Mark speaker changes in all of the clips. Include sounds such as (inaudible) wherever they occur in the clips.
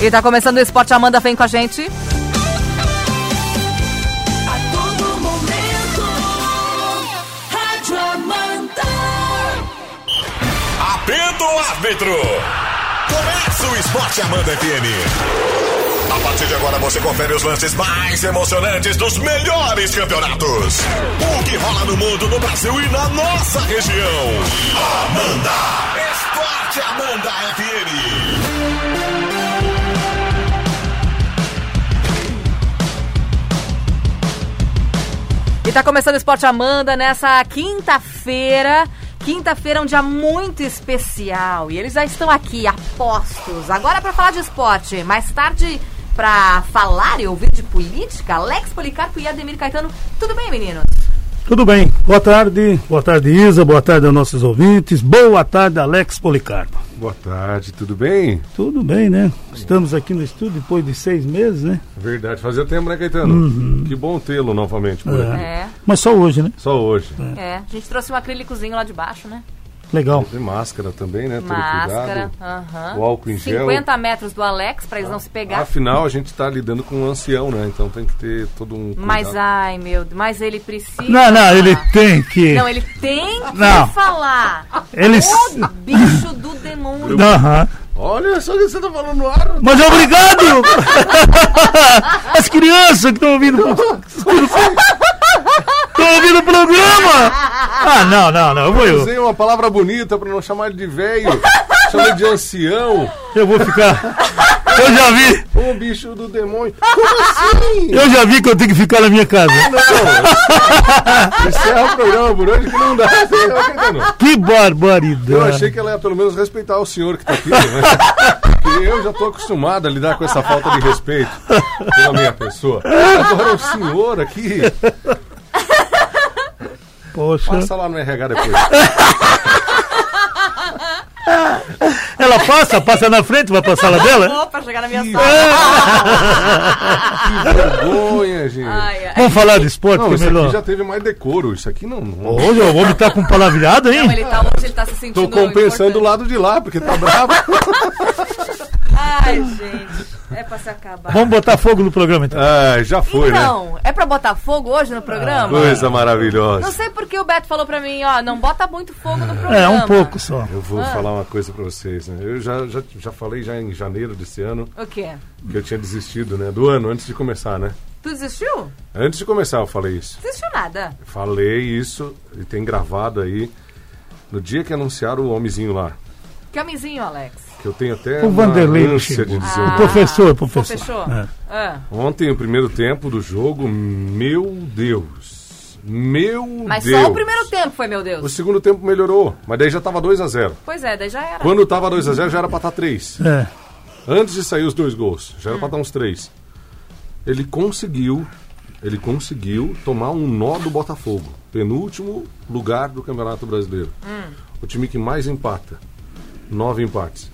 Speaker 1: E tá começando o Esporte Amanda, vem com a gente.
Speaker 2: A todo momento, Rádio Amanda.
Speaker 3: Apito o árbitro! Começa o Esporte Amanda FM. A partir de agora você confere os lances mais emocionantes dos melhores campeonatos. O que rola no mundo, no Brasil e na nossa região. Amanda! Esporte Amanda FM.
Speaker 1: E tá começando o Esporte Amanda nessa quinta-feira. Quinta-feira é um dia muito especial. E eles já estão aqui, apostos. Agora pra falar de esporte. Mais tarde, pra falar e ouvir de política, Alex Policarpo e Ademir Caetano. Tudo bem, meninos?
Speaker 4: Tudo bem. Boa tarde. Boa tarde, Isa. Boa tarde aos nossos ouvintes. Boa tarde, Alex Policarpo.
Speaker 5: Boa tarde, tudo bem?
Speaker 4: Tudo bem, né? Estamos aqui no estúdio depois de seis meses, né?
Speaker 5: Verdade, fazia tempo, né, Caetano? Que bom tê-lo novamente por
Speaker 4: É.
Speaker 5: aqui.
Speaker 1: É,
Speaker 4: Mas só hoje, né?
Speaker 5: Só hoje.
Speaker 1: é. A gente trouxe um acrílicozinho lá de baixo, né?
Speaker 4: Legal.
Speaker 5: E máscara também, né? Todo
Speaker 1: Máscara.
Speaker 5: cuidado.
Speaker 1: aham.
Speaker 5: O álcool em gel.
Speaker 1: 50 metros do Alex pra eles não se pegar.
Speaker 5: Afinal, a gente tá lidando com um ancião, né? Então tem que ter todo um cuidado.
Speaker 1: Mas ai, meu, mas ele precisa.
Speaker 4: Não, não, ele
Speaker 1: falar.
Speaker 4: tem que.
Speaker 1: Não, é- ele tem que
Speaker 4: Não.
Speaker 1: falar.
Speaker 4: Ele-
Speaker 1: O bicho do demônio.
Speaker 4: Aham.
Speaker 5: Olha só o que você tá falando no ar.
Speaker 4: Mas é obrigado! (laughs) As crianças que estão ouvindo. Estão ouvindo o programa! Ah, não, não, não. Eu vou, eu,
Speaker 5: Usei uma palavra bonita pra não chamar ele
Speaker 1: (laughs)
Speaker 5: de velho. Chamei de ancião.
Speaker 4: eu vou ficar. Eu já vi,
Speaker 5: Ô bicho do demônio.
Speaker 1: (laughs)
Speaker 5: Como assim?
Speaker 4: eu já vi que eu tenho que ficar na minha casa.
Speaker 5: Não. Encerra o programa por hoje que não dá. Ô, Caetano.
Speaker 4: Que
Speaker 5: Eu
Speaker 4: barbaridade!
Speaker 5: achei que ela ia pelo menos respeitar o senhor que tá aqui, né? (laughs) Porque eu já tô acostumado a lidar com essa falta de respeito pela minha pessoa. Agora o senhor aqui,
Speaker 4: Poxa.
Speaker 5: passa lá no RH depois.
Speaker 4: Ela passa, passa na frente, vai passar lá dela?
Speaker 1: Vou pra chegar na minha
Speaker 5: Ih,
Speaker 1: sala.
Speaker 5: Que vergonha, gente.
Speaker 1: Ai, ai.
Speaker 4: Vamos falar de esporte,
Speaker 5: Não,
Speaker 4: que é
Speaker 5: isso aqui
Speaker 4: melhor.
Speaker 5: já teve mais decoro. Isso aqui não. não-
Speaker 4: Hoje o homem tá com palavreado, hein?
Speaker 1: Não, ele tá hoje, ele tá se sentindo.
Speaker 5: Tô compensando o
Speaker 1: importante.
Speaker 5: lado de lá, porque tá bravo.
Speaker 1: Ai, gente. É pra se acabar.
Speaker 4: Vamos botar fogo no programa então.
Speaker 5: Ah, já foi, né? Ah,
Speaker 1: então, é pra botar fogo hoje no programa?
Speaker 5: Coisa
Speaker 1: Não
Speaker 5: maravilhosa.
Speaker 1: sei porque o Beto falou pra mim, ó, não bota muito fogo no programa.
Speaker 4: É, um pouco só.
Speaker 5: Eu
Speaker 1: Ah.
Speaker 5: vou falar uma coisa pra vocês, né? Eu já, já, já falei já em janeiro desse ano
Speaker 1: O quê?
Speaker 5: que eu tinha desistido, né? Do ano, antes de começar, né?
Speaker 1: Tu desistiu?
Speaker 5: Antes de começar, eu falei isso.
Speaker 1: Desistiu nada.
Speaker 5: Falei isso e tem gravado aí. No dia que anunciaram o homenzinho lá,
Speaker 1: Camisinho, Alex.
Speaker 5: que eu tenho até
Speaker 4: O
Speaker 5: uma
Speaker 4: Vanderlei
Speaker 5: ânsia de
Speaker 4: chegou. Ah.
Speaker 5: dizer.
Speaker 4: O professor, o
Speaker 1: Pô,
Speaker 4: professor.
Speaker 1: fechou?
Speaker 4: É.
Speaker 1: Ah.
Speaker 5: Ontem, o primeiro tempo do jogo, meu Deus. Meu
Speaker 1: Mas
Speaker 5: Deus.
Speaker 1: só o primeiro tempo foi, meu Deus.
Speaker 5: O segundo tempo melhorou, mas daí já tava 2 a 0
Speaker 1: Pois é, daí já era.
Speaker 5: Quando tava 2 a 0 já era pra tá estar 3.
Speaker 4: É.
Speaker 5: Antes de sair os dois gols, já era pra estar uns 3. Ele conseguiu, ele conseguiu tomar um nó do Botafogo. Penúltimo lugar do Campeonato Brasileiro. O time que mais empata. Nove empates.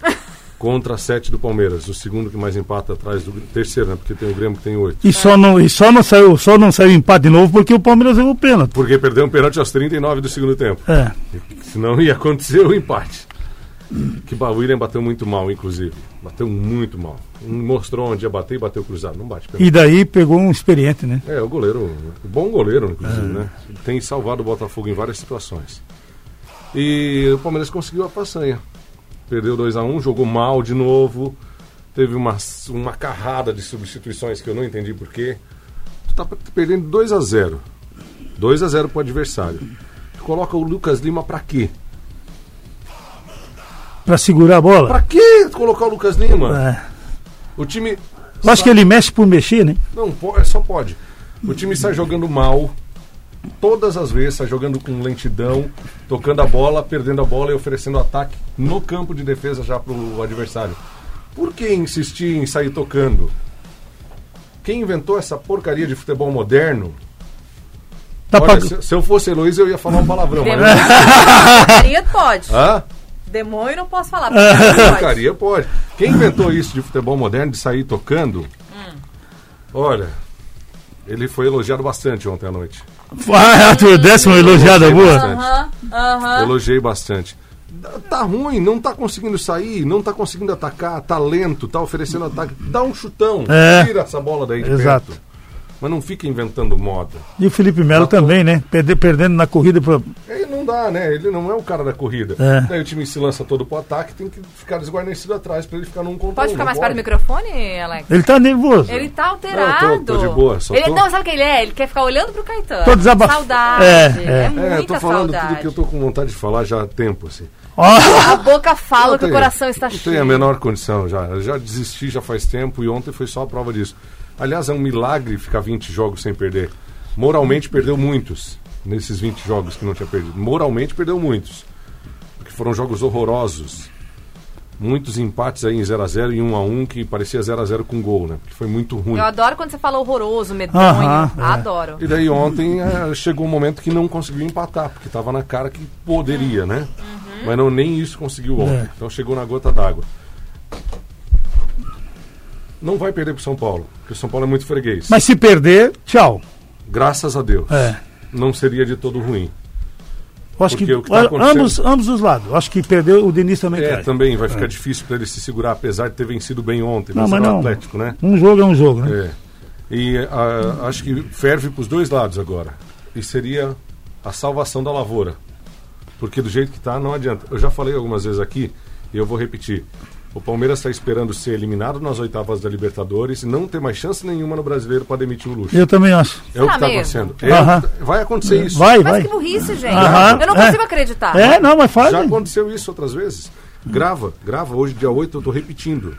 Speaker 5: (laughs) Contra sete do Palmeiras. O segundo que mais empata atrás do terceiro, né? Porque tem o Grêmio que tem oito.
Speaker 4: E só não, e só não saiu, só não saiu empate de novo porque o Palmeiras errou o pênalti.
Speaker 5: Porque perdeu um pênalti aos 39 do segundo tempo.
Speaker 4: É.
Speaker 5: Senão ia acontecer o empate. Que o William bateu muito mal, inclusive. Bateu muito mal. Mostrou onde ia bater e bateu cruzado. Não bate. pênalti.
Speaker 4: E daí pegou um experiente, né?
Speaker 5: É, o goleiro. Bom goleiro, inclusive, né? Tem salvado o Botafogo em várias situações. E o Palmeiras conseguiu a façanha. Perdeu 2 a 1 jogou mal de novo. Teve uma, uma carrada de substituições que eu não entendi porquê. Tu tá perdendo 2 a 0 2 a 0 pro adversário. Tu coloca o Lucas Lima pra quê?
Speaker 4: Pra segurar a bola.
Speaker 5: Pra que colocar o Lucas Lima?
Speaker 4: É.
Speaker 5: O time.
Speaker 4: Eu acho que ele mexe por mexer, né?
Speaker 5: Não, po- é, só pode. O time sai jogando mal. Todas as vezes, sai jogando com lentidão, tocando a bola, perdendo a bola e oferecendo ataque no campo de defesa já pro adversário. Por que insistir em sair tocando? Quem inventou essa porcaria de futebol moderno?
Speaker 4: Tá
Speaker 5: Olha,
Speaker 4: (laughs) pagando.
Speaker 5: se, se eu fosse Heloísa, eu ia falar um palavrão. mas-
Speaker 1: Demônio Maria pode.
Speaker 5: Hã?
Speaker 1: Demônio não posso
Speaker 5: (laughs)
Speaker 1: falar. porque Pode.
Speaker 5: Porcaria pode. Quem inventou isso de futebol moderno, de sair tocando?
Speaker 1: Hum.
Speaker 5: Olha, ele foi elogiado bastante ontem à noite.
Speaker 4: Ah, tu é, décimo elogiada boa.
Speaker 5: Bastante.
Speaker 1: Aham, aham.
Speaker 4: Ah.
Speaker 5: Elogiei bastante. Tá ruim, não tá conseguindo sair, não tá conseguindo atacar, tá lento, tá oferecendo ataque. Dá um chutão,
Speaker 4: É.
Speaker 5: tira essa bola daí de
Speaker 4: Exato.
Speaker 5: perto. Mas não fica inventando moda.
Speaker 4: E o Felipe Melo também, né? Perde- perdendo na corrida pro-
Speaker 5: Ele não dá, né? Ele não é o cara da corrida.
Speaker 4: É.
Speaker 5: Daí o time se lança todo pro ataque, tem que ficar desguarnecido atrás pra ele ficar num contra
Speaker 1: Pode
Speaker 5: um,
Speaker 1: ficar
Speaker 5: não
Speaker 1: mais perto do microfone, Alex?
Speaker 4: Ele tá nervoso.
Speaker 1: Ele tá alterado.
Speaker 5: Não, eu tô- tô de boa, só
Speaker 1: ele,
Speaker 5: tô-
Speaker 1: Não, sabe o que ele é? Ele quer ficar olhando pro Caetano.
Speaker 4: Tô desabaf-
Speaker 1: Saudade.
Speaker 4: É, é.
Speaker 1: É,
Speaker 4: É, eu
Speaker 5: É,
Speaker 1: muita
Speaker 5: eu tô falando
Speaker 1: saudade.
Speaker 5: tudo que eu tô com vontade de falar já há tempo, assim.
Speaker 4: Ó,
Speaker 1: A boca fala
Speaker 5: Não
Speaker 1: que o
Speaker 5: tenho-
Speaker 1: coração está
Speaker 5: não
Speaker 1: cheio.
Speaker 5: tenho a menor condição já. Eu já desisti já faz tempo e ontem foi só a prova disso. Aliás, é um milagre ficar 20 jogos sem perder. Moralmente perdeu muitos nesses 20 jogos que não tinha perdido. Moralmente perdeu muitos. Porque foram jogos horrorosos. Muitos empates aí em 0x0 e 1x1 que parecia 0x0 com gol, né? Porque foi muito ruim.
Speaker 1: Eu adoro quando você fala horroroso, medonho.
Speaker 4: Aham, é.
Speaker 1: Adoro.
Speaker 5: E daí ontem eh, chegou um momento que não conseguiu empatar, porque estava na cara que poderia, né? Mas não, nem isso conseguiu ontem.
Speaker 4: É.
Speaker 5: Então chegou na gota d'água. Não vai perder pro São Paulo, porque o São Paulo é muito freguês.
Speaker 4: mas se perder, tchau.
Speaker 5: Graças a Deus.
Speaker 4: É.
Speaker 5: Não seria de todo ruim.
Speaker 4: Eu acho que,
Speaker 5: Porque o que tá
Speaker 4: olha,
Speaker 5: acontecendo-
Speaker 4: ambos, ambos os lados. Eu Acho que perdeu, o Denis também
Speaker 5: É,
Speaker 4: cai.
Speaker 5: também vai ficar difícil para ele se segurar, apesar de ter vencido bem ontem.
Speaker 4: Não,
Speaker 5: Mas,
Speaker 4: mas
Speaker 5: era o
Speaker 4: não.
Speaker 5: Atlético, né?
Speaker 4: Um jogo é um jogo, né?
Speaker 5: É. E ah, acho que ferve para os dois lados agora. E seria a salvação da lavoura. Porque do jeito que está, não adianta. Eu já falei algumas vezes aqui, e eu vou repetir. O Palmeiras está esperando ser eliminado nas oitavas da Libertadores e não ter mais chance nenhuma no brasileiro para demitir o Luxo.
Speaker 4: Eu também acho.
Speaker 5: É o que
Speaker 1: Ah,
Speaker 5: está
Speaker 1: mesmo?
Speaker 5: acontecendo. É o que
Speaker 4: Aham.
Speaker 5: tá- Vai acontecer isso.
Speaker 4: Vai,
Speaker 1: Mas
Speaker 4: vai.
Speaker 1: que burrice, gente.
Speaker 4: Aham,
Speaker 1: Eu não
Speaker 4: é.
Speaker 1: consigo acreditar.
Speaker 4: É, não, mas faz.
Speaker 5: Já aconteceu isso outras vezes. Grava, grava. Hoje, dia 8, eu tô repetindo.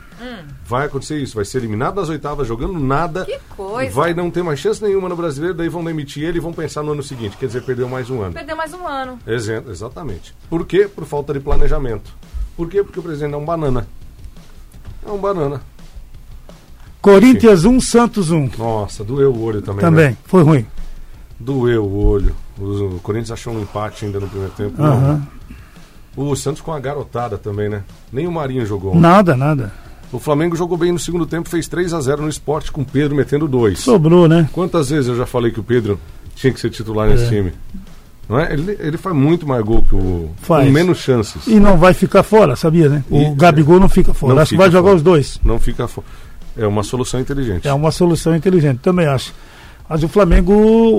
Speaker 5: Vai acontecer isso. Vai ser eliminado nas oitavas, jogando nada.
Speaker 1: Hum. Que coisa.
Speaker 5: Vai não ter mais chance nenhuma no brasileiro, daí vão demitir ele e vão pensar no ano seguinte. Quer dizer, perdeu mais um ano.
Speaker 1: (laughs) Perdeu mais um ano.
Speaker 5: Exe- Exatamente. Por quê? Por falta de planejamento. Por quê? Porque o presidente é um banana. É um banana.
Speaker 4: Corinthians 1, Santos 1.
Speaker 5: Nossa, doeu o olho também. né?
Speaker 4: Também. Foi ruim.
Speaker 5: Doeu o olho. O o Corinthians achou um empate ainda no primeiro tempo.
Speaker 4: Aham.
Speaker 5: O Santos com a garotada também, né? Nem o Marinho jogou.
Speaker 4: Nada, nada.
Speaker 5: O Flamengo jogou bem no segundo tempo, fez 3 a 0 no esporte com o Pedro metendo dois.
Speaker 4: Sobrou, né?
Speaker 5: Quantas vezes eu já falei que o Pedro tinha que ser titular nesse
Speaker 4: É.
Speaker 5: time? Não é? ele, ele faz muito mais gol que o.
Speaker 4: Faz.
Speaker 5: Com menos chances.
Speaker 4: E não vai ficar fora, sabia, né? O
Speaker 5: E-
Speaker 4: Gabigol não fica fora.
Speaker 5: Não
Speaker 4: acho que
Speaker 5: fica
Speaker 4: vai jogar
Speaker 5: fora.
Speaker 4: os dois.
Speaker 5: Não fica. fo- É uma solução inteligente.
Speaker 4: É uma solução inteligente, também acho. Mas o Flamengo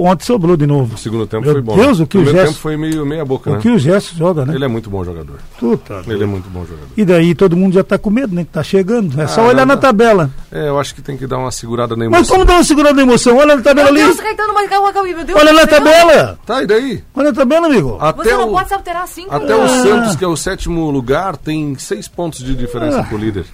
Speaker 4: ontem sobrou de novo.
Speaker 5: O segundo tempo
Speaker 4: Meu
Speaker 5: foi bom.
Speaker 4: Deus,
Speaker 5: né?
Speaker 4: o que o
Speaker 5: primeiro
Speaker 4: Gerson-
Speaker 5: tempo foi meio meia boca,
Speaker 4: O
Speaker 5: né?
Speaker 4: que o Gerson joga, né?
Speaker 5: Ele é muito bom jogador.
Speaker 4: Puta.
Speaker 5: Ele é muito bom jogador.
Speaker 4: E daí todo mundo já tá com medo, né? Que tá chegando. É só
Speaker 5: Ah,
Speaker 4: olhar na
Speaker 5: não, não.
Speaker 4: tabela.
Speaker 5: É, eu acho que tem que dar uma segurada na
Speaker 4: Mas
Speaker 5: emoção.
Speaker 4: como dá uma segurada na emoção? Olha na tabela
Speaker 1: Meu
Speaker 4: ali.
Speaker 1: Deus, Caetano, mas calma, calma, meu Deus.
Speaker 4: Olha na
Speaker 1: do céu.
Speaker 4: tabela.
Speaker 5: Tá, e daí?
Speaker 4: Olha na tabela, amigo.
Speaker 1: Você
Speaker 5: Até
Speaker 1: não
Speaker 5: o,
Speaker 1: pode se alterar assim,
Speaker 5: até
Speaker 4: Ah.
Speaker 1: cara.
Speaker 5: o Santos, que é o sétimo lugar, tem seis pontos de diferença
Speaker 4: Ah.
Speaker 5: pro líder.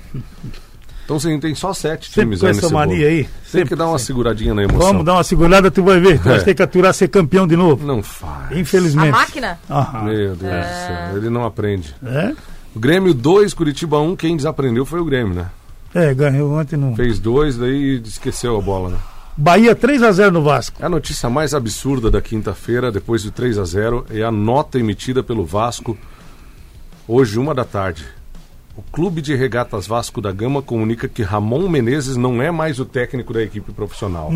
Speaker 5: Então você tem só sete
Speaker 4: Sempre
Speaker 5: times
Speaker 4: com
Speaker 5: aí
Speaker 4: essa
Speaker 5: nesse
Speaker 4: mania
Speaker 5: bolo.
Speaker 4: aí.
Speaker 5: Tem
Speaker 4: Sempre.
Speaker 5: que dar uma seguradinha na emoção.
Speaker 4: Vamos dar uma segurada, tu vai ver. Tu vai
Speaker 5: É.
Speaker 4: ter que aturar ser campeão de novo.
Speaker 5: Não faz.
Speaker 1: A
Speaker 4: Infelizmente.
Speaker 1: máquina?
Speaker 4: Aham.
Speaker 5: Meu Deus do céu, ele não aprende.
Speaker 4: É?
Speaker 5: O Grêmio 2, Curitiba 1, quem desaprendeu foi o Grêmio, né?
Speaker 4: É, ganhou ontem no.
Speaker 5: Fez dois, daí esqueceu a bola, né?
Speaker 4: Bahia 3x0 no Vasco.
Speaker 5: É A notícia mais absurda da quinta-feira, depois do 3 a 0 é a nota emitida pelo Vasco hoje, uma da tarde. O Clube de Regatas Vasco da Gama comunica que Ramon Menezes não é mais o técnico da equipe profissional.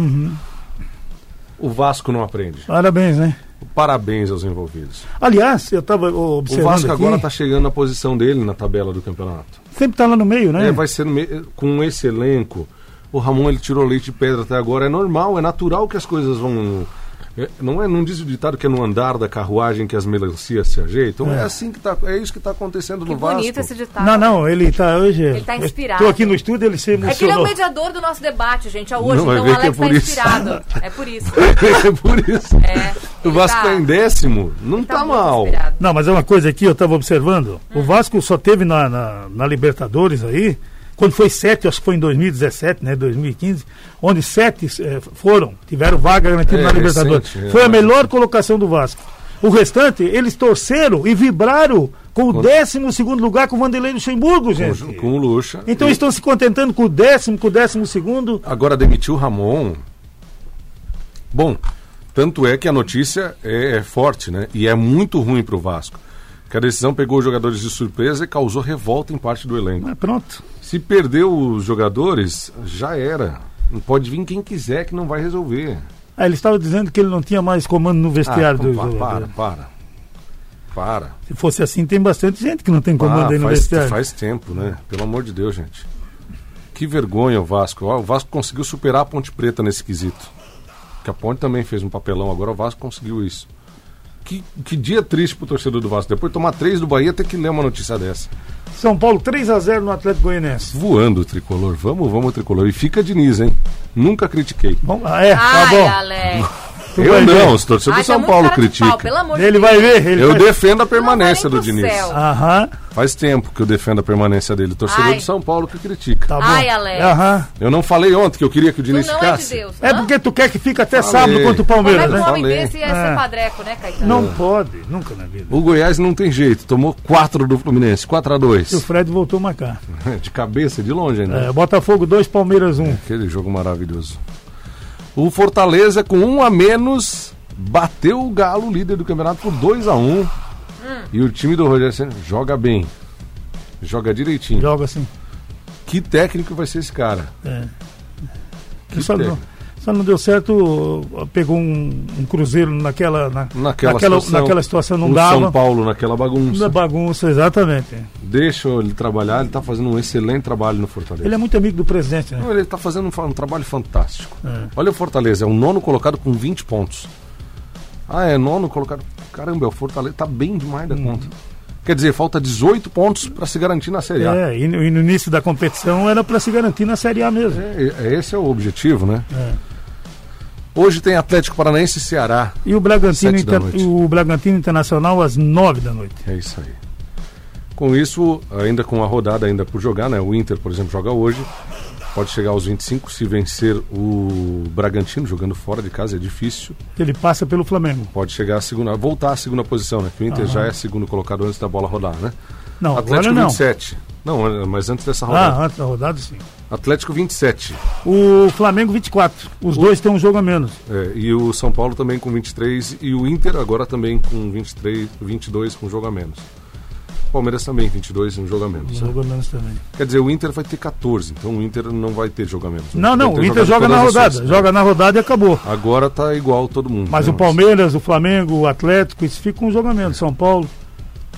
Speaker 5: O Vasco não aprende.
Speaker 4: Parabéns, né?
Speaker 5: Parabéns aos envolvidos.
Speaker 4: Aliás, eu tava ó,
Speaker 5: O
Speaker 4: observando.
Speaker 5: Vasco
Speaker 4: aqui,
Speaker 5: agora tá- está chegando na posição dele na tabela do campeonato.
Speaker 4: Sempre tá lá no meio, né?
Speaker 5: É, vai ser no me- com esse elenco. O Ramon ele tirou leite de pedra até agora. É normal, é natural que as coisas vão. é, não é, não diz o ditado que é no andar da carruagem que as melancias se ajeitam. É,
Speaker 4: É.
Speaker 5: assim que tá, é isso que está acontecendo
Speaker 1: Que
Speaker 5: no Vasco.
Speaker 1: bonito esse ditado.
Speaker 4: Não, não, ele tá hoje.
Speaker 1: Ele tá inspirado.
Speaker 4: Tô aqui no estúdio, ele se
Speaker 1: É que ele é o
Speaker 4: emocionou.
Speaker 1: mediador do nosso debate, gente. É hoje,
Speaker 5: Não, vai
Speaker 1: então o
Speaker 5: ver que
Speaker 1: Alex
Speaker 5: é por
Speaker 1: tá
Speaker 5: isso.
Speaker 1: inspirado. É por isso.
Speaker 5: (laughs) (laughs) é por isso.
Speaker 1: É.
Speaker 5: O
Speaker 1: Ele
Speaker 5: Vasco está
Speaker 1: tá-
Speaker 5: em décimo, não
Speaker 1: ele
Speaker 4: Tá
Speaker 5: está
Speaker 1: Tá muito
Speaker 5: mal.
Speaker 1: inspirado.
Speaker 4: Não, mas é uma coisa aqui, eu tava observando. O Vasco só teve na, na, na Libertadores aí, quando foi sete, acho que foi em 2017, né? 2015, onde sete eh, foram, tiveram vaga garantida
Speaker 5: É,
Speaker 4: na Libertadores.
Speaker 5: recente, é.
Speaker 4: foi a melhor colocação do Vasco. O restante, eles torceram e vibraram com o décimo segundo lugar com o Vanderlei Luxemburgo,
Speaker 5: Com,
Speaker 4: gente.
Speaker 5: o- com o Lucha.
Speaker 4: Então
Speaker 5: E
Speaker 4: eles estão se contentando com o décimo, com o décimo segundo.
Speaker 5: Agora demitiu o Ramon. Bom, tanto é que a notícia é, é forte, né? E é muito ruim para o Vasco. Que a decisão pegou os jogadores de surpresa e causou revolta em parte do elenco.
Speaker 4: Mas Ah, pronto.
Speaker 5: Se perdeu os jogadores, já era. Não Pode vir quem quiser que não vai resolver.
Speaker 4: Ah, ele estava dizendo que ele não tinha mais comando no
Speaker 5: Ah,
Speaker 4: vestiário do
Speaker 5: pa-
Speaker 4: jogador.
Speaker 5: para, para. Para.
Speaker 4: Se fosse assim, tem bastante gente que não tem comando
Speaker 5: Ah,
Speaker 4: aí no
Speaker 5: faz,
Speaker 4: vestiário.
Speaker 5: faz tempo, né? Pelo amor de Deus, gente. Que vergonha o Vasco. Ó, O Vasco conseguiu superar a Ponte Preta nesse quesito. Que a Ponte também fez um papelão, agora o Vasco conseguiu isso. Que, que dia triste pro torcedor do Vasco. Depois de tomar três do Bahia, ter que ler uma notícia dessa.
Speaker 4: São Paulo 3 a 0 no Atlético Goianiense.
Speaker 5: Voando o tricolor. Vamos, vamos, tricolor. E fica Diniz, hein? Nunca critiquei.
Speaker 4: Bom, ah, é, tá
Speaker 1: Ai,
Speaker 4: bom.
Speaker 1: Alex.
Speaker 4: Tu
Speaker 5: eu
Speaker 4: vai ver.
Speaker 5: não, os torcedores
Speaker 1: Ai,
Speaker 5: do
Speaker 1: tá
Speaker 5: São
Speaker 1: muito
Speaker 5: Paulo
Speaker 1: cara de pau,
Speaker 5: criticam.
Speaker 1: Pelo amor de
Speaker 4: Ele
Speaker 1: Deus.
Speaker 4: vai ver. Ele
Speaker 5: Eu
Speaker 4: vai...
Speaker 5: defendo a
Speaker 1: vai
Speaker 5: permanência
Speaker 1: nem
Speaker 5: do
Speaker 1: pro
Speaker 5: Diniz.
Speaker 1: céu.
Speaker 4: Aham,
Speaker 5: Faz tempo que eu defendo a permanência dele. Torcedor
Speaker 1: Ai.
Speaker 5: do São Paulo que critica.
Speaker 4: tá bom.
Speaker 1: Ai, Alex.
Speaker 4: Aham.
Speaker 5: Eu não falei ontem que eu queria que o
Speaker 1: Tu
Speaker 5: Diniz
Speaker 1: não é de
Speaker 5: ficasse.
Speaker 1: Deus.
Speaker 4: É
Speaker 1: hã?
Speaker 4: porque tu quer que fique até sábado
Speaker 5: Falei.
Speaker 4: contra o
Speaker 1: Como é
Speaker 4: Palmeiras,
Speaker 1: que um
Speaker 4: né?
Speaker 1: homem
Speaker 5: Falei.
Speaker 1: desse ia
Speaker 4: É.
Speaker 1: ser padreco, né, Caetano?
Speaker 4: Não pode, nunca na vida.
Speaker 5: O Goiás não tem jeito, tomou 4 do Fluminense, 4 a
Speaker 4: E o
Speaker 5: 2
Speaker 4: Fred voltou a marcar.
Speaker 5: (laughs) De cabeça, de longe ainda.
Speaker 4: É, Botafogo 2, Palmeiras 1. Um.
Speaker 5: Aquele jogo maravilhoso. O Fortaleza, com um a menos, bateu o Galo, líder do campeonato, por 2 a 1 E o time do Rogério Senna joga bem. Joga direitinho.
Speaker 4: Joga assim.
Speaker 5: Que técnico vai ser esse cara? Que
Speaker 4: Só não,
Speaker 5: técnico.
Speaker 4: só não deu certo, pegou um, um cruzeiro naquela, na-
Speaker 5: Naquela,
Speaker 4: naquela,
Speaker 5: situação,
Speaker 4: naquela situação, não
Speaker 5: o
Speaker 4: dava.
Speaker 5: São Paulo naquela
Speaker 4: Não é
Speaker 5: bagunça.
Speaker 4: bagunça, exatamente.
Speaker 5: Deixa ele trabalhar, ele tá fazendo um excelente trabalho no Fortaleza.
Speaker 4: Ele é muito amigo do presidente, né?
Speaker 5: Não, Ele está fazendo um, fa- um trabalho fantástico. Olha o Fortaleza, é o nono colocado com 20 pontos. Ah, é nono colocado. Caramba, é o Fortaleza tá bem demais da conta. Quer dizer, falta 18 pontos para se garantir na Série A.
Speaker 4: É, e no, e no início da competição era para se garantir na Série A mesmo.
Speaker 5: É, é- esse é o objetivo, né? Hoje tem Atlético Paranaense e Ceará.
Speaker 4: E o Bragantino,
Speaker 5: Sete da
Speaker 4: Inter-
Speaker 5: noite.
Speaker 4: o Bragantino Internacional às nove da noite.
Speaker 5: É isso aí. Com isso, ainda com a rodada ainda por jogar, né? O Inter, por exemplo, joga hoje. Pode chegar aos 25 se vencer o Bragantino, jogando fora de casa é difícil.
Speaker 4: Ele passa pelo Flamengo.
Speaker 5: Pode chegar à segunda, voltar à segunda posição, né? Que o Inter já é segundo colocado antes da bola rodar, né?
Speaker 4: Não,
Speaker 5: Atlético
Speaker 4: agora não.
Speaker 5: 27. Não, é, mas antes dessa rodada.
Speaker 4: Ah, antes da rodada sim.
Speaker 5: Atlético 27.
Speaker 4: O Flamengo 24. Os dois têm um jogo a menos.
Speaker 5: É, e o São Paulo também com 23 e o Inter agora também com 23, 22 com um jogo a menos. Palmeiras também 22 um jogo a menos.
Speaker 4: Jogo a menos também.
Speaker 5: Quer dizer, o Inter vai ter 14, então o Inter não vai ter jogo a menos.
Speaker 4: Não, não, o
Speaker 5: Vai ter
Speaker 4: Inter
Speaker 5: jogado
Speaker 4: joga na
Speaker 5: todas as
Speaker 4: rodada.
Speaker 5: suas.
Speaker 4: Joga na rodada e acabou.
Speaker 5: Agora tá igual todo mundo.
Speaker 4: Mas
Speaker 5: né?
Speaker 4: o Palmeiras, o Flamengo, o Atlético, isso fica um jogo a menos. São Paulo,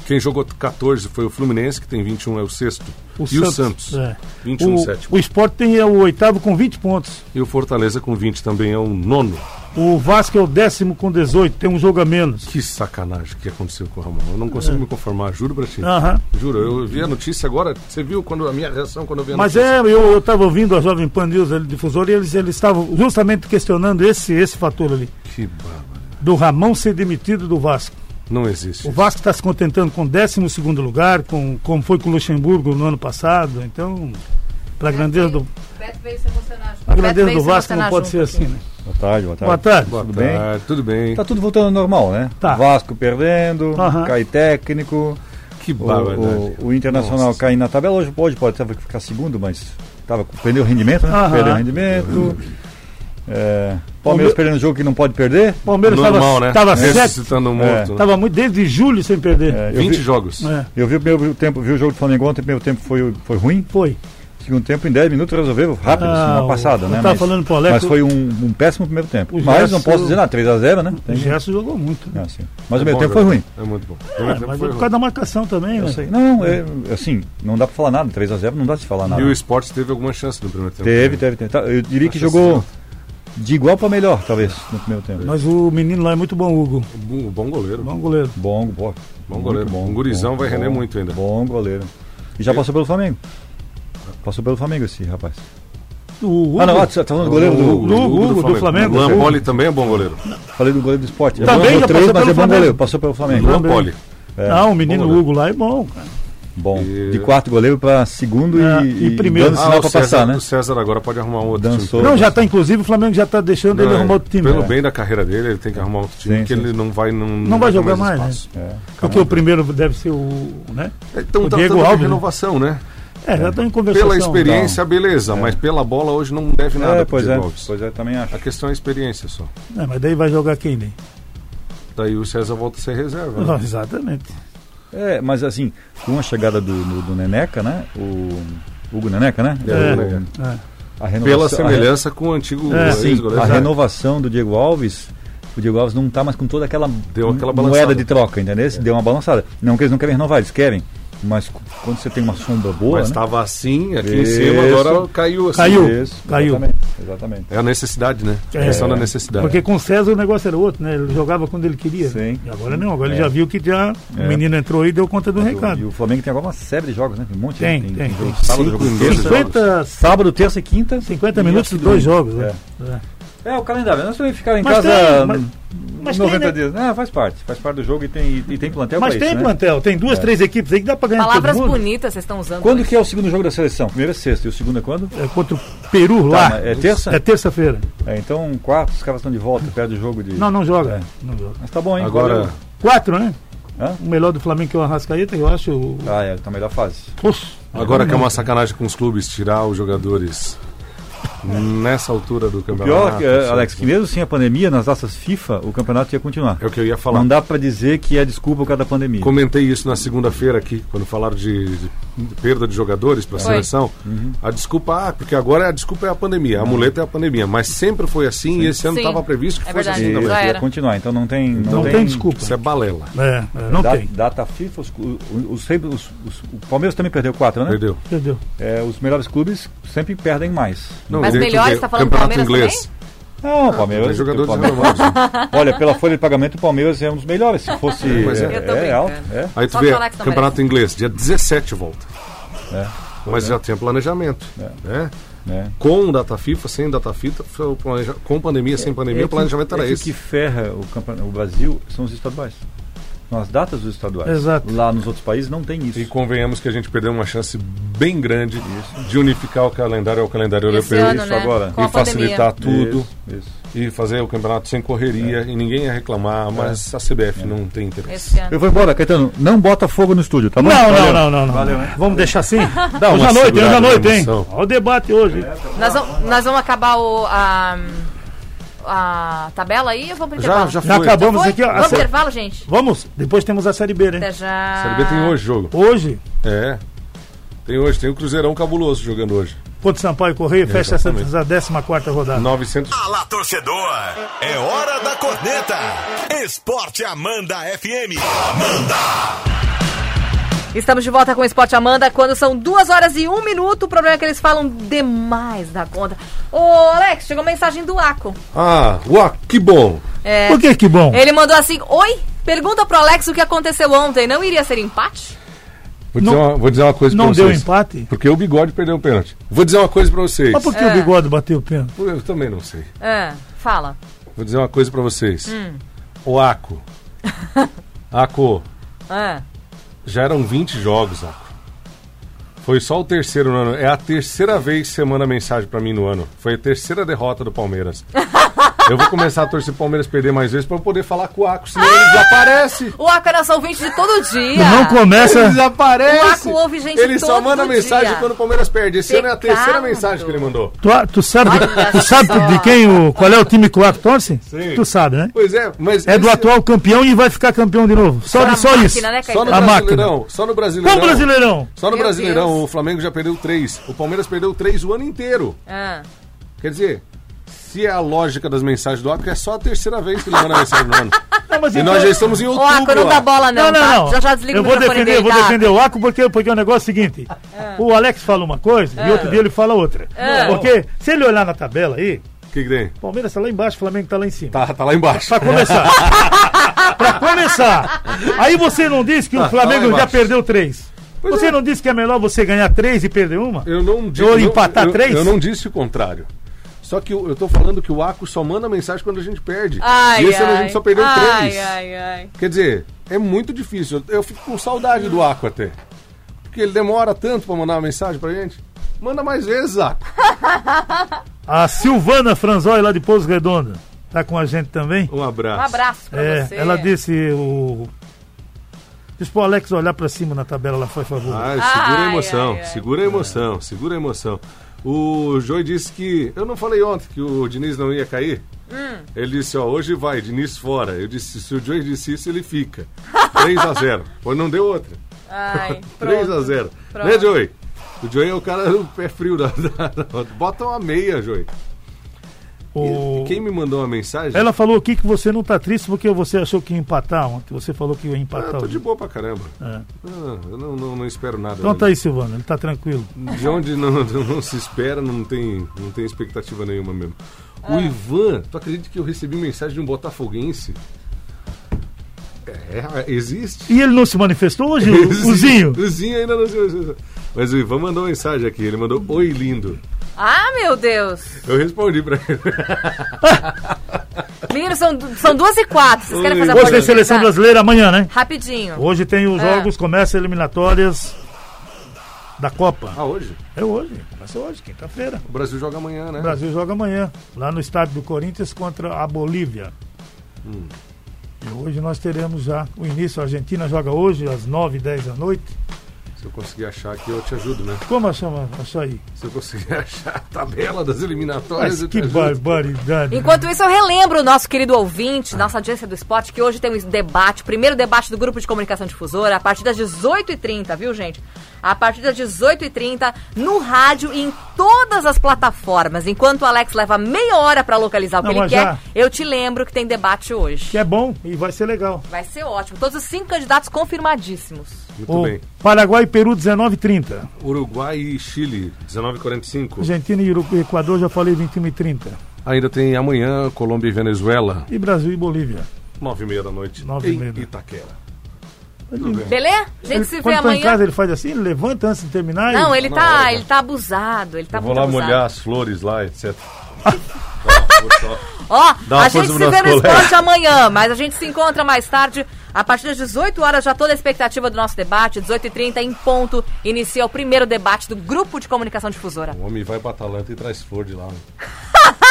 Speaker 5: Quem jogou 14 foi o Fluminense, que tem 21, é o sexto.
Speaker 4: o
Speaker 5: e
Speaker 4: Santos.
Speaker 5: o Santos,
Speaker 4: é.
Speaker 5: 21, sétimo.
Speaker 4: O, o Sport tem é o oitavo com 20 pontos.
Speaker 5: E o Fortaleza com 20 também é o nono.
Speaker 4: O Vasco é o décimo com 18, tem um jogo a menos.
Speaker 5: Que sacanagem que aconteceu com o Ramon. Eu não
Speaker 6: É.
Speaker 5: consigo me conformar, juro pra ti.
Speaker 4: Aham.
Speaker 5: Juro, eu vi a notícia agora. Você viu quando a minha reação quando eu vi a
Speaker 4: Mas
Speaker 5: notícia?
Speaker 4: é, eu estava ouvindo a Jovem Pan News ali, difusora e eles eles estavam justamente questionando esse, esse fator ali,
Speaker 6: é-
Speaker 5: Que bárbaro.
Speaker 4: do Ramon ser demitido do Vasco.
Speaker 5: Não existe.
Speaker 4: O Vasco está se contentando com 12 segundo lugar, com, como foi com o Luxemburgo no ano passado, então, para
Speaker 1: É,
Speaker 4: a grandeza do,
Speaker 1: O Beto veio se emocionar junto.
Speaker 4: pra
Speaker 1: O Beto
Speaker 4: grandeza
Speaker 1: veio
Speaker 4: do
Speaker 1: se
Speaker 4: Vasco não
Speaker 1: emocionar
Speaker 4: pode
Speaker 1: junto
Speaker 4: ser assim,
Speaker 1: aqui.
Speaker 4: né?
Speaker 6: Boa tarde, Tá. boa tarde.
Speaker 4: Boa tarde.
Speaker 5: Boa
Speaker 6: Tudo bem?
Speaker 5: tarde, tudo bem.
Speaker 6: Tá tudo voltando ao normal, né?
Speaker 4: Tá.
Speaker 6: Vasco perdendo,
Speaker 4: Aham.
Speaker 6: cai técnico,
Speaker 5: Que
Speaker 6: o,
Speaker 5: bárbaro.
Speaker 6: o- o Internacional
Speaker 5: Nossa.
Speaker 6: cai na tabela. Hoje pode, pode até ficar segundo, mas tava, com- perdeu o rendimento, né?
Speaker 4: Aham.
Speaker 6: Perdeu o rendimento. É, Palmeiras
Speaker 4: Palme-
Speaker 6: perdendo o jogo que não pode perder.
Speaker 4: Palmeiras
Speaker 5: Normal, né?
Speaker 4: estava sete,
Speaker 5: Ressuscitando um morto. né?
Speaker 4: estava muito desde julho sem perder.
Speaker 6: É, eu,
Speaker 5: 20
Speaker 6: vi,
Speaker 5: jogos.
Speaker 4: É,
Speaker 6: eu vi o primeiro tempo, vi o jogo do Flamengo ontem, o primeiro tempo foi, foi ruim.
Speaker 4: foi.
Speaker 6: Segundo tempo, em 10 minutos, resolveu rápido,
Speaker 4: Ah,
Speaker 6: assim,
Speaker 4: o-
Speaker 6: uma passada,
Speaker 4: eu
Speaker 6: né?
Speaker 4: tava falando pro Alex,
Speaker 6: mas foi um, um péssimo primeiro tempo.
Speaker 4: o
Speaker 6: Mas
Speaker 4: Gerson-
Speaker 6: não posso dizer nada, 3x0, né?
Speaker 4: O
Speaker 6: Tem-
Speaker 4: Gerson jogou muito. né?
Speaker 6: É, assim. Mas o
Speaker 5: É
Speaker 6: meio
Speaker 5: bom
Speaker 6: tempo foi
Speaker 5: jogo.
Speaker 6: ruim. Ah,
Speaker 5: É muito bom. O
Speaker 4: É,
Speaker 5: primeiro tempo
Speaker 4: mas é
Speaker 5: foi
Speaker 4: por
Speaker 5: ruim.
Speaker 4: causa da marcação também,
Speaker 6: Eu
Speaker 4: né?
Speaker 6: sei. Não, é, assim, não dá pra falar nada. 3x0 não dá de se falar nada.
Speaker 5: E o esporte teve alguma chance no primeiro tempo.
Speaker 6: Teve,
Speaker 5: né?
Speaker 6: teve, teve. Tá, Eu diria que
Speaker 5: Acho
Speaker 6: jogou de igual pra melhor, talvez, no primeiro tempo.
Speaker 4: Mas o menino lá é muito bom, Hugo.
Speaker 5: Bom, bom goleiro.
Speaker 4: Bom goleiro.
Speaker 6: Bom, bom.
Speaker 5: Bom goleiro.
Speaker 6: Muito
Speaker 5: Um gurizão vai render muito ainda.
Speaker 6: Bom goleiro. E já passou pelo Flamengo. Passou pelo Flamengo esse rapaz.
Speaker 4: O Hugo,
Speaker 6: Ah, não, ah, você tá falando do goleiro do. né?
Speaker 4: Hugo. Hugo, do Flamengo.
Speaker 5: Lampoli também é bom goleiro.
Speaker 6: Falei do goleiro do esporte. É
Speaker 4: Também
Speaker 6: bom,
Speaker 4: já
Speaker 6: três,
Speaker 4: passou
Speaker 6: mas
Speaker 4: pelo
Speaker 6: é bom
Speaker 4: Flamengo.
Speaker 6: goleiro. Passou pelo Flamengo.
Speaker 5: Lampoli.
Speaker 4: não, Ah, o menino
Speaker 5: bom goleiro.
Speaker 4: Hugo lá é bom, cara.
Speaker 6: Bom.
Speaker 5: E-
Speaker 6: De quarto goleiro pra segundo
Speaker 4: É,
Speaker 6: e,
Speaker 4: e primeiro.
Speaker 6: Dando
Speaker 5: Ah,
Speaker 6: sinal
Speaker 5: o
Speaker 6: pra
Speaker 5: César,
Speaker 6: passar, né?
Speaker 5: o César agora pode arrumar um outro
Speaker 6: Dançou.
Speaker 5: time.
Speaker 4: Não, já tá, inclusive, o Flamengo já tá deixando ele
Speaker 5: Não,
Speaker 4: arrumar outro time.
Speaker 5: É, Pelo
Speaker 4: né?
Speaker 5: bem da carreira dele, ele tem que arrumar outro time,
Speaker 6: Sim,
Speaker 5: porque
Speaker 6: sim,
Speaker 5: ele não vai. Não,
Speaker 4: Não vai
Speaker 5: ter
Speaker 4: jogar mais, né?
Speaker 5: espaço.
Speaker 6: É.
Speaker 4: Porque o primeiro deve ser o. Né?
Speaker 5: Então
Speaker 4: O
Speaker 5: tá
Speaker 4: Diego
Speaker 5: tendo
Speaker 4: Alves, né?
Speaker 5: renovação, né?
Speaker 4: É, já estão em conversação.
Speaker 5: Pela experiência,
Speaker 4: É.
Speaker 5: beleza, mas pela bola hoje não deve nada.
Speaker 6: É,
Speaker 5: pro
Speaker 6: pois é.
Speaker 5: Diego Alves.
Speaker 6: Pois é, também acho.
Speaker 5: A questão é a experiência só.
Speaker 4: É, mas daí vai jogar quem nem?
Speaker 5: Daí o César volta a ser reserva.
Speaker 4: Não,
Speaker 5: né?
Speaker 4: exatamente.
Speaker 6: É, mas assim, com a chegada do, do, do Neneca, né? O Hugo Neneca, né?
Speaker 5: É,
Speaker 6: O-
Speaker 5: né?
Speaker 4: É.
Speaker 6: a renovação-
Speaker 5: Pela
Speaker 6: a re-
Speaker 5: semelhança né? com o antigo
Speaker 4: É,
Speaker 6: Sim,
Speaker 5: ex-goleiro.
Speaker 6: a
Speaker 5: Zé.
Speaker 6: renovação do Diego Alves o Diego Alves não tá mais com toda aquela,
Speaker 5: Deu aquela balançada. É.
Speaker 6: moeda de troca, entendeu? Deu uma balançada. Não que eles não querem renovar, eles querem. Mas c- quando você tem uma sombra boa.
Speaker 5: Mas
Speaker 6: né?
Speaker 5: estava assim, aqui em
Speaker 6: Isso.
Speaker 5: cima, agora caiu assim.
Speaker 4: Caiu.
Speaker 6: Isso,
Speaker 4: Caiu.
Speaker 6: Exatamente. exatamente.
Speaker 5: É a necessidade, né? É a
Speaker 4: É.
Speaker 5: questão da necessidade.
Speaker 4: Porque com o César o negócio era outro, né? Ele jogava quando ele queria.
Speaker 6: Sim.
Speaker 4: E agora não, agora ele
Speaker 6: É.
Speaker 4: já viu que já
Speaker 6: É.
Speaker 4: o menino entrou e deu conta do
Speaker 6: E
Speaker 4: recado.
Speaker 6: o Flamengo tem agora uma série de jogos, né? Tem um monte.
Speaker 4: Tem,
Speaker 6: né?
Speaker 4: tem,
Speaker 6: jogo
Speaker 4: tem.
Speaker 6: Sábado,
Speaker 5: Cinco
Speaker 6: jogo
Speaker 5: em
Speaker 6: terça,
Speaker 5: dois jogos.
Speaker 4: 50,
Speaker 6: Sábado, terça e quinta.
Speaker 4: 50
Speaker 6: E
Speaker 4: minutos
Speaker 6: acho
Speaker 4: e
Speaker 6: que
Speaker 4: dois
Speaker 6: domingo.
Speaker 4: jogos, né?
Speaker 6: É, o calendário. Nós também ficar em
Speaker 4: Mas
Speaker 6: casa
Speaker 4: tem, mas- mas tem,
Speaker 6: 90
Speaker 4: né?
Speaker 6: dias. Ah, faz parte. Faz parte do jogo e tem, e, e tem plantel
Speaker 4: Mas
Speaker 6: pra
Speaker 4: tem
Speaker 6: isso, né?
Speaker 4: plantel, tem duas, três equipes aí que dá pra ganhar
Speaker 1: Palavras
Speaker 4: É, todo mundo.
Speaker 1: bonitas vocês estão usando.
Speaker 6: Quando que é o segundo jogo da seleção? Primeiro é sexta e o segundo é quando?
Speaker 4: É contra o Peru lá.
Speaker 6: mas é terça?
Speaker 4: É terça-feira.
Speaker 6: É, então, quatro, os caras estão de volta, perde o jogo de...
Speaker 4: Não, não joga. Não joga.
Speaker 6: Mas tá bom, hein?
Speaker 5: Agora,
Speaker 6: Valeu.
Speaker 4: Quatro, né?
Speaker 6: Hã?
Speaker 4: O melhor do Flamengo que é o Arrascaeta, eu acho. O...
Speaker 6: Ah, é, tá melhor fase.
Speaker 4: Poxa,
Speaker 5: agora que é uma sacanagem com os clubes tirar os jogadores nessa altura do campeonato.
Speaker 6: Pior, que, eh,
Speaker 5: sabe?
Speaker 6: Alex, que mesmo sem a pandemia, nas datas FIFA, o campeonato ia continuar.
Speaker 5: É o que eu ia falar.
Speaker 6: Não dá pra dizer que é desculpa por causa da pandemia.
Speaker 5: Comentei isso na segunda-feira aqui, quando falaram de, de perda de jogadores para a
Speaker 1: Foi. Uhum.
Speaker 5: seleção. A desculpa, ah, porque agora a desculpa é a pandemia, a muleta é a pandemia. Mas sempre foi assim e esse ano
Speaker 1: Sim.
Speaker 5: estava previsto que
Speaker 1: É
Speaker 5: fosse
Speaker 1: verdade.
Speaker 5: assim
Speaker 6: Isso,
Speaker 5: também.
Speaker 1: Já
Speaker 6: ia
Speaker 1: era.
Speaker 6: continuar, então não tem...
Speaker 4: não tem, desculpa.
Speaker 5: Isso é balela.
Speaker 4: É, é, não
Speaker 6: Da-
Speaker 4: tem.
Speaker 6: Data FIFA, os, clu- os- os- os- o Palmeiras também perdeu quatro, né?
Speaker 5: Entendeu?
Speaker 4: Entendeu?
Speaker 6: É, os melhores clubes sempre perdem mais.
Speaker 5: Não,
Speaker 1: Mas
Speaker 5: eu
Speaker 1: melhores,
Speaker 5: digo,
Speaker 1: tá falando do
Speaker 5: campeonato
Speaker 1: Palmeiras
Speaker 5: inglês.
Speaker 6: Não, o
Speaker 5: Tem
Speaker 6: Palmeiras.
Speaker 5: jogadores
Speaker 6: o Palmeiras-
Speaker 5: renovados.
Speaker 6: Olha, pela folha de pagamento, o Palmeiras é um dos melhores. Se fosse.
Speaker 5: Mas é.
Speaker 1: Eu tô
Speaker 6: é,
Speaker 1: brincando.
Speaker 6: alto. É.
Speaker 5: Aí tu
Speaker 1: Só
Speaker 5: vê,
Speaker 1: que o Alex não
Speaker 5: campeonato inglês, dia 17 volta.
Speaker 6: É.
Speaker 5: Mas já tem planejamento.
Speaker 1: É.
Speaker 5: Né?
Speaker 6: né?
Speaker 5: Com data FIFA, sem data FIFA, foi o planeja- com pandemia, sem pandemia,
Speaker 6: É
Speaker 5: o planejamento
Speaker 6: que,
Speaker 5: era
Speaker 6: é que
Speaker 5: esse.
Speaker 6: O que ferra o, campeonato, o Brasil são os estaduais. São as datas dos estaduais.
Speaker 4: Exato.
Speaker 6: Lá nos outros países não tem isso.
Speaker 5: E convenhamos que a gente perdeu uma chance bem grande de unificar o calendário ao calendário
Speaker 1: Esse
Speaker 5: europeu
Speaker 1: ano,
Speaker 6: isso
Speaker 1: né?
Speaker 6: agora.
Speaker 1: Com a
Speaker 5: e facilitar tudo
Speaker 6: Isso, isso.
Speaker 5: e fazer o campeonato sem correria e ninguém ia reclamar, mas a CBF não
Speaker 1: pandemia.
Speaker 5: tem interesse.
Speaker 1: Esse ano.
Speaker 6: Eu vou embora, Caetano. Não bota fogo no estúdio, tá bom?
Speaker 4: Não, não,
Speaker 6: Valeu.
Speaker 4: não, não, não.
Speaker 6: Valeu, né?
Speaker 4: Vamos deixar
Speaker 5: (laughs)
Speaker 4: assim?
Speaker 6: Dá
Speaker 4: hoje à
Speaker 6: uma
Speaker 4: noite, hoje
Speaker 6: segurada
Speaker 4: à noite,
Speaker 5: na
Speaker 4: hein?
Speaker 5: emoção. É.
Speaker 4: Olha o debate hoje.
Speaker 1: Nós, vamos, nós vamos acabar o, a, a tabela aí ou vamos pro
Speaker 5: Já,
Speaker 1: intervalo?
Speaker 5: já foi.
Speaker 4: Já acabamos
Speaker 1: Foi?
Speaker 4: aqui, ó. a
Speaker 1: Vamos pro
Speaker 4: sé-
Speaker 1: intervalo, gente?
Speaker 4: Vamos, depois temos a Série B, né?
Speaker 1: Até já.
Speaker 5: Série B tem hoje jogo.
Speaker 4: Hoje,
Speaker 5: É. Tem hoje, tem o Cruzeirão cabuloso jogando hoje.
Speaker 4: Ponte Sampaio Correia fecha essa
Speaker 5: É, Exatamente.
Speaker 4: 14 rodada.
Speaker 5: 900
Speaker 3: Fala torcedor, é hora da corneta. Esporte Amanda FM.
Speaker 1: Estamos de volta com o Esporte Amanda quando são duas horas e um minuto. O problema é que eles falam demais da conta. Ô, Alex, chegou mensagem do Aco.
Speaker 5: Ah, uau, que bom!
Speaker 1: É,
Speaker 4: Por que que bom?
Speaker 1: Ele mandou assim: Oi, pergunta pro Alex o que aconteceu ontem. Não iria ser empate?
Speaker 5: Vou dizer,
Speaker 4: Não-
Speaker 5: uma, vou dizer uma coisa
Speaker 4: Não
Speaker 5: pra
Speaker 4: deu
Speaker 5: vocês.
Speaker 4: empate?
Speaker 5: Porque o bigode perdeu o pênalti. Vou dizer uma coisa pra vocês.
Speaker 4: Mas por que o bigode bateu o pênalti?
Speaker 5: Eu também não sei.
Speaker 1: É, fala.
Speaker 5: Vou dizer uma coisa pra vocês.
Speaker 1: (laughs)
Speaker 5: O Aco. Aco,
Speaker 1: É.
Speaker 5: já eram 20 jogos, Aco. Foi só o terceiro no ano. É a terceira vez que você manda mensagem pra mim no ano. Foi a terceira derrota
Speaker 1: (laughs)
Speaker 5: do Palmeiras. eu vou começar a torcer o Palmeiras perder mais vezes pra eu poder falar com o Aco, senão ele desaparece.
Speaker 1: O Aco é nosso ouvinte de todo dia.
Speaker 4: Não
Speaker 5: Ele
Speaker 4: começa.
Speaker 5: desaparece.
Speaker 1: O Aco ouve gente
Speaker 5: Ele só
Speaker 1: todo
Speaker 5: manda
Speaker 1: dia.
Speaker 5: mensagem quando o Palmeiras perde. Esse ano é a terceira
Speaker 1: Pecado.
Speaker 5: mensagem que ele mandou.
Speaker 4: Tu, tu sabe,
Speaker 1: Olha
Speaker 4: tu sabe
Speaker 1: só.
Speaker 4: de quem o. Qual é o time que o Aco torce?
Speaker 5: Sim.
Speaker 4: Tu sabe, né?
Speaker 5: Pois é, mas.
Speaker 4: É do
Speaker 5: esse-
Speaker 4: atual campeão e vai ficar campeão de novo. Só,
Speaker 1: Pra
Speaker 4: de- só
Speaker 1: máquina,
Speaker 4: isso.
Speaker 1: né,
Speaker 5: Só no
Speaker 1: Caetano?
Speaker 4: A
Speaker 5: Brasileirão. Só no Brasileirão.
Speaker 4: Qual brasileirão?
Speaker 5: Só no
Speaker 1: Meu
Speaker 5: Brasileirão,
Speaker 1: Deus.
Speaker 5: o Flamengo já perdeu três. O Palmeiras perdeu três o ano inteiro.
Speaker 1: É.
Speaker 5: Quer dizer, se é a lógica das mensagens do Aco, é só a terceira vez que ele manda mensagem no ano.
Speaker 1: (laughs)
Speaker 4: Não, mas
Speaker 5: E
Speaker 4: então-
Speaker 5: nós já estamos em
Speaker 1: Ô, Aco,
Speaker 5: outubro.
Speaker 1: não dá
Speaker 5: Aco.
Speaker 1: bola, não.
Speaker 4: Não, não,
Speaker 1: tá?
Speaker 4: não.
Speaker 1: Já já desliga
Speaker 4: eu
Speaker 1: o
Speaker 4: vou
Speaker 1: microfone
Speaker 4: defender, eu
Speaker 1: dele,
Speaker 4: vou
Speaker 1: tá?
Speaker 4: defender o Aco porque, porque o negócio é o seguinte: o Alex fala uma coisa e outro dia ele fala outra. Porque se ele olhar na tabela aí,
Speaker 5: O que, que tem?
Speaker 4: Palmeiras tá lá embaixo, Flamengo tá lá em cima.
Speaker 5: Tá, tá lá embaixo. (laughs)
Speaker 4: Pra começar. pra começar. Aí você não disse que
Speaker 5: Ah,
Speaker 4: o Flamengo
Speaker 5: tá lá
Speaker 4: já
Speaker 5: embaixo.
Speaker 4: perdeu três.
Speaker 5: Pois
Speaker 4: você
Speaker 5: é.
Speaker 4: não disse que é melhor você ganhar três e perder uma?
Speaker 5: Eu não disse.
Speaker 4: Ou
Speaker 5: não-
Speaker 4: empatar
Speaker 5: eu-
Speaker 4: três?
Speaker 5: Eu não disse o contrário. Só que eu, eu tô falando que o Aco só manda mensagem quando a gente perde.
Speaker 1: Ai,
Speaker 5: e esse ano a
Speaker 1: ai.
Speaker 5: gente só perdeu
Speaker 1: ai,
Speaker 5: três.
Speaker 1: Ai, ai,
Speaker 5: Quer dizer, é muito difícil. Eu fico com saudade do Aco até. Porque ele demora tanto pra mandar uma mensagem pra gente. Manda mais vezes, Aco.
Speaker 4: A Silvana Franzói, lá de Pouso Redonda, tá com a gente também.
Speaker 5: Um
Speaker 1: Um
Speaker 5: abraço.
Speaker 1: abraço pra
Speaker 4: É,
Speaker 1: você.
Speaker 4: ela disse o. Diz pro Alex olhar pra cima na tabela lá, por favor.
Speaker 5: Ai, segura
Speaker 1: Ai,
Speaker 5: a emoção,
Speaker 1: ai, ai.
Speaker 5: segura a emoção, segura a emoção. O Joey disse que. Eu não falei ontem que o Diniz não ia cair.
Speaker 1: Hum.
Speaker 5: Ele disse, ó, hoje vai, Diniz fora. Eu disse, se o Joey disse isso, ele fica. (laughs) 3x0. Pois não deu outra.
Speaker 1: Ai, pronto.
Speaker 5: 3x0.
Speaker 1: Pronto.
Speaker 5: Né, Joey? (laughs) O Joey é o cara do pé frio da. da- da- Bota uma meia, Joey.
Speaker 4: O...
Speaker 5: E Quem me mandou uma mensagem?
Speaker 4: Ela falou aqui que você não tá triste porque você achou que ia empatar ontem. Você falou que ia
Speaker 5: Ah,
Speaker 4: empatar.
Speaker 5: tô
Speaker 4: hoje.
Speaker 5: de boa pra caramba.
Speaker 4: É.
Speaker 5: Ah, eu não, não, não espero nada.
Speaker 4: Então
Speaker 5: né?
Speaker 4: tá aí, Silvano, ele tá tranquilo.
Speaker 5: De onde não, (laughs) não se espera, não tem, não tem expectativa nenhuma mesmo. O
Speaker 4: É.
Speaker 5: Ivan, tu acredita que eu recebi mensagem de um botafoguense? É, existe.
Speaker 4: E ele não se manifestou hoje,
Speaker 5: (laughs)
Speaker 4: o o Zinho?
Speaker 5: O Zinho ainda não se... Mas o Ivan mandou uma mensagem aqui, ele mandou Oi, lindo.
Speaker 1: Ah, meu Deus!
Speaker 5: Eu respondi pra ele. (laughs)
Speaker 1: Meninos, são, du- são duas e quatro. Vocês querem fazer a
Speaker 5: Hoje
Speaker 4: Hoje
Speaker 1: bola
Speaker 4: tem seleção
Speaker 1: de-
Speaker 4: brasileira amanhã, né?
Speaker 1: Rapidinho.
Speaker 4: Hoje tem os
Speaker 1: Tá. É.
Speaker 4: jogos, começa eliminatórias da Copa.
Speaker 5: Ah, hoje?
Speaker 4: É hoje, começa hoje, quinta-feira.
Speaker 5: O Brasil joga amanhã, né?
Speaker 4: O Brasil joga amanhã, lá no estádio do Corinthians contra a Bolívia.
Speaker 5: Hum.
Speaker 4: E hoje nós teremos já o início. A Argentina joga hoje às 9 10 da noite.
Speaker 5: Se eu conseguir achar aqui, eu te ajudo, né?
Speaker 4: Como achamos isso aí?
Speaker 5: Se eu conseguir (laughs) achar a tabela das eliminatórias,
Speaker 4: Mas
Speaker 5: eu
Speaker 4: que
Speaker 5: te ajudo.
Speaker 4: barbaridade.
Speaker 1: Enquanto isso, eu relembro o nosso querido ouvinte, nossa audiência do esporte, que hoje tem um debate, o primeiro debate do Grupo de Comunicação Difusora, a partir das 18h30, viu, gente? A partir das 18h30, no rádio e em todas as plataformas. Enquanto o Alex leva meia hora pra localizar o que
Speaker 4: Não,
Speaker 1: ele
Speaker 4: mas
Speaker 1: quer,
Speaker 4: já-
Speaker 1: eu te lembro que tem debate hoje.
Speaker 4: Que é bom e vai ser legal.
Speaker 1: Vai ser ótimo. Todos os cinco candidatos confirmadíssimos.
Speaker 5: Muito
Speaker 4: O
Speaker 5: bem.
Speaker 4: Paraguai e Peru 19 30.
Speaker 5: Uruguai e Chile, 19h45.
Speaker 4: Argentina e Urugu- Equador já falei 21 e 30.
Speaker 5: Ainda tem amanhã Colômbia e Venezuela,
Speaker 4: E Brasil e Bolívia.
Speaker 5: 9h30 da noite,
Speaker 4: Nove e meia
Speaker 5: em
Speaker 4: da-
Speaker 5: Itaquera.
Speaker 1: Beleza? A gente
Speaker 4: Ele-
Speaker 1: se vê
Speaker 4: quando tá em
Speaker 1: amanhã.
Speaker 4: casa ele faz assim, ele levanta antes de terminar. e-
Speaker 1: Não, ele
Speaker 5: Na
Speaker 1: tá,
Speaker 5: hora,
Speaker 1: ele tá abusado, ele tá
Speaker 5: Eu vou
Speaker 1: muito
Speaker 5: lá
Speaker 1: abusado.
Speaker 5: molhar as flores lá, etc.
Speaker 1: Ó,
Speaker 5: Dá uma
Speaker 1: a gente
Speaker 5: força
Speaker 1: se
Speaker 5: pro
Speaker 1: vê
Speaker 5: nosso
Speaker 1: no
Speaker 5: colega.
Speaker 1: esporte amanhã, mas a gente se encontra mais tarde. A partir das 18 horas, já toda a expectativa do nosso debate. 18h30, em ponto, inicia o primeiro debate do Grupo de Comunicação Difusora.
Speaker 5: O homem vai pra Atalanta e traz
Speaker 1: (laughs)
Speaker 5: flor de lá. né?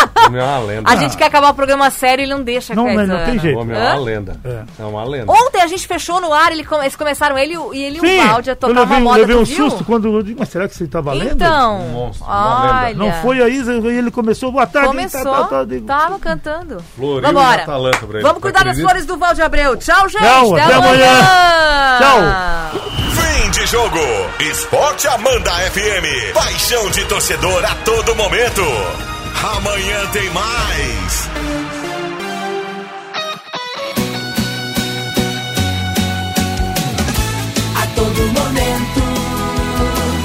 Speaker 5: O homem é uma lenda.
Speaker 1: A gente quer acabar o programa sério e ele não deixa,
Speaker 4: Ah. Não,
Speaker 1: Caetano.
Speaker 4: mas não tem
Speaker 5: O
Speaker 4: jeito.
Speaker 5: homem é uma
Speaker 1: Hã?
Speaker 5: lenda.
Speaker 4: É.
Speaker 5: É, uma lenda.
Speaker 1: Ontem a gente fechou no ar, ele com- eles começaram, ele, e o- e ele e o Valdir a
Speaker 4: eu
Speaker 1: tocar
Speaker 4: levei,
Speaker 1: uma
Speaker 4: um-
Speaker 1: moda,
Speaker 4: levei
Speaker 1: tu
Speaker 4: um
Speaker 1: viu?
Speaker 4: susto quando eu digo, mas será que tá você estava lendo?
Speaker 1: Então,
Speaker 5: Um monstro, uma
Speaker 1: olha...
Speaker 5: lenda.
Speaker 4: Não foi a Isa, e ele começou, boa tarde.
Speaker 1: Começou,
Speaker 4: tá, tá, tá, eu digo,
Speaker 1: tava cantando.
Speaker 5: Floril e
Speaker 1: Vambora.
Speaker 5: Atalanta pra ele.
Speaker 1: Vamos cuidar
Speaker 5: Tu
Speaker 1: das
Speaker 5: acredita?
Speaker 1: flores do Valde Abreu. Tchau, gente.
Speaker 4: Tchau, até amanhã.
Speaker 1: amanhã. Tchau.
Speaker 3: Fim de jogo. Esporte Amanda FM. Paixão de torcedor a todo momento. Amanhã tem mais.
Speaker 2: A todo momento,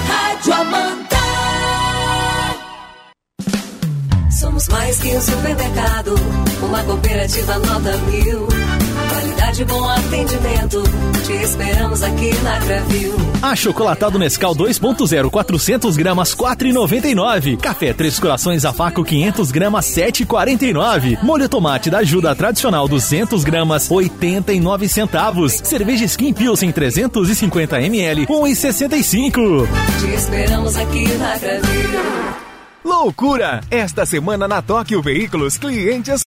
Speaker 2: Rádio Amanda. Somos mais que um supermercado, uma cooperativa nota mil. Qualidade e bom atendimento, te esperamos aqui na Gravil.
Speaker 7: A Chocolatado Nescau 2.0, 400 gramas, 4,99. Café Três Corações a Faco, 500 gramas, 7,49. Molho Tomate da Ajuda Tradicional, 200 gramas, 89 centavos. Cerveja Skin Pilsen, 350 ml, 1,65.
Speaker 2: Te esperamos aqui na Gravil.
Speaker 7: Loucura! Esta semana na Tóquio Veículos, clientes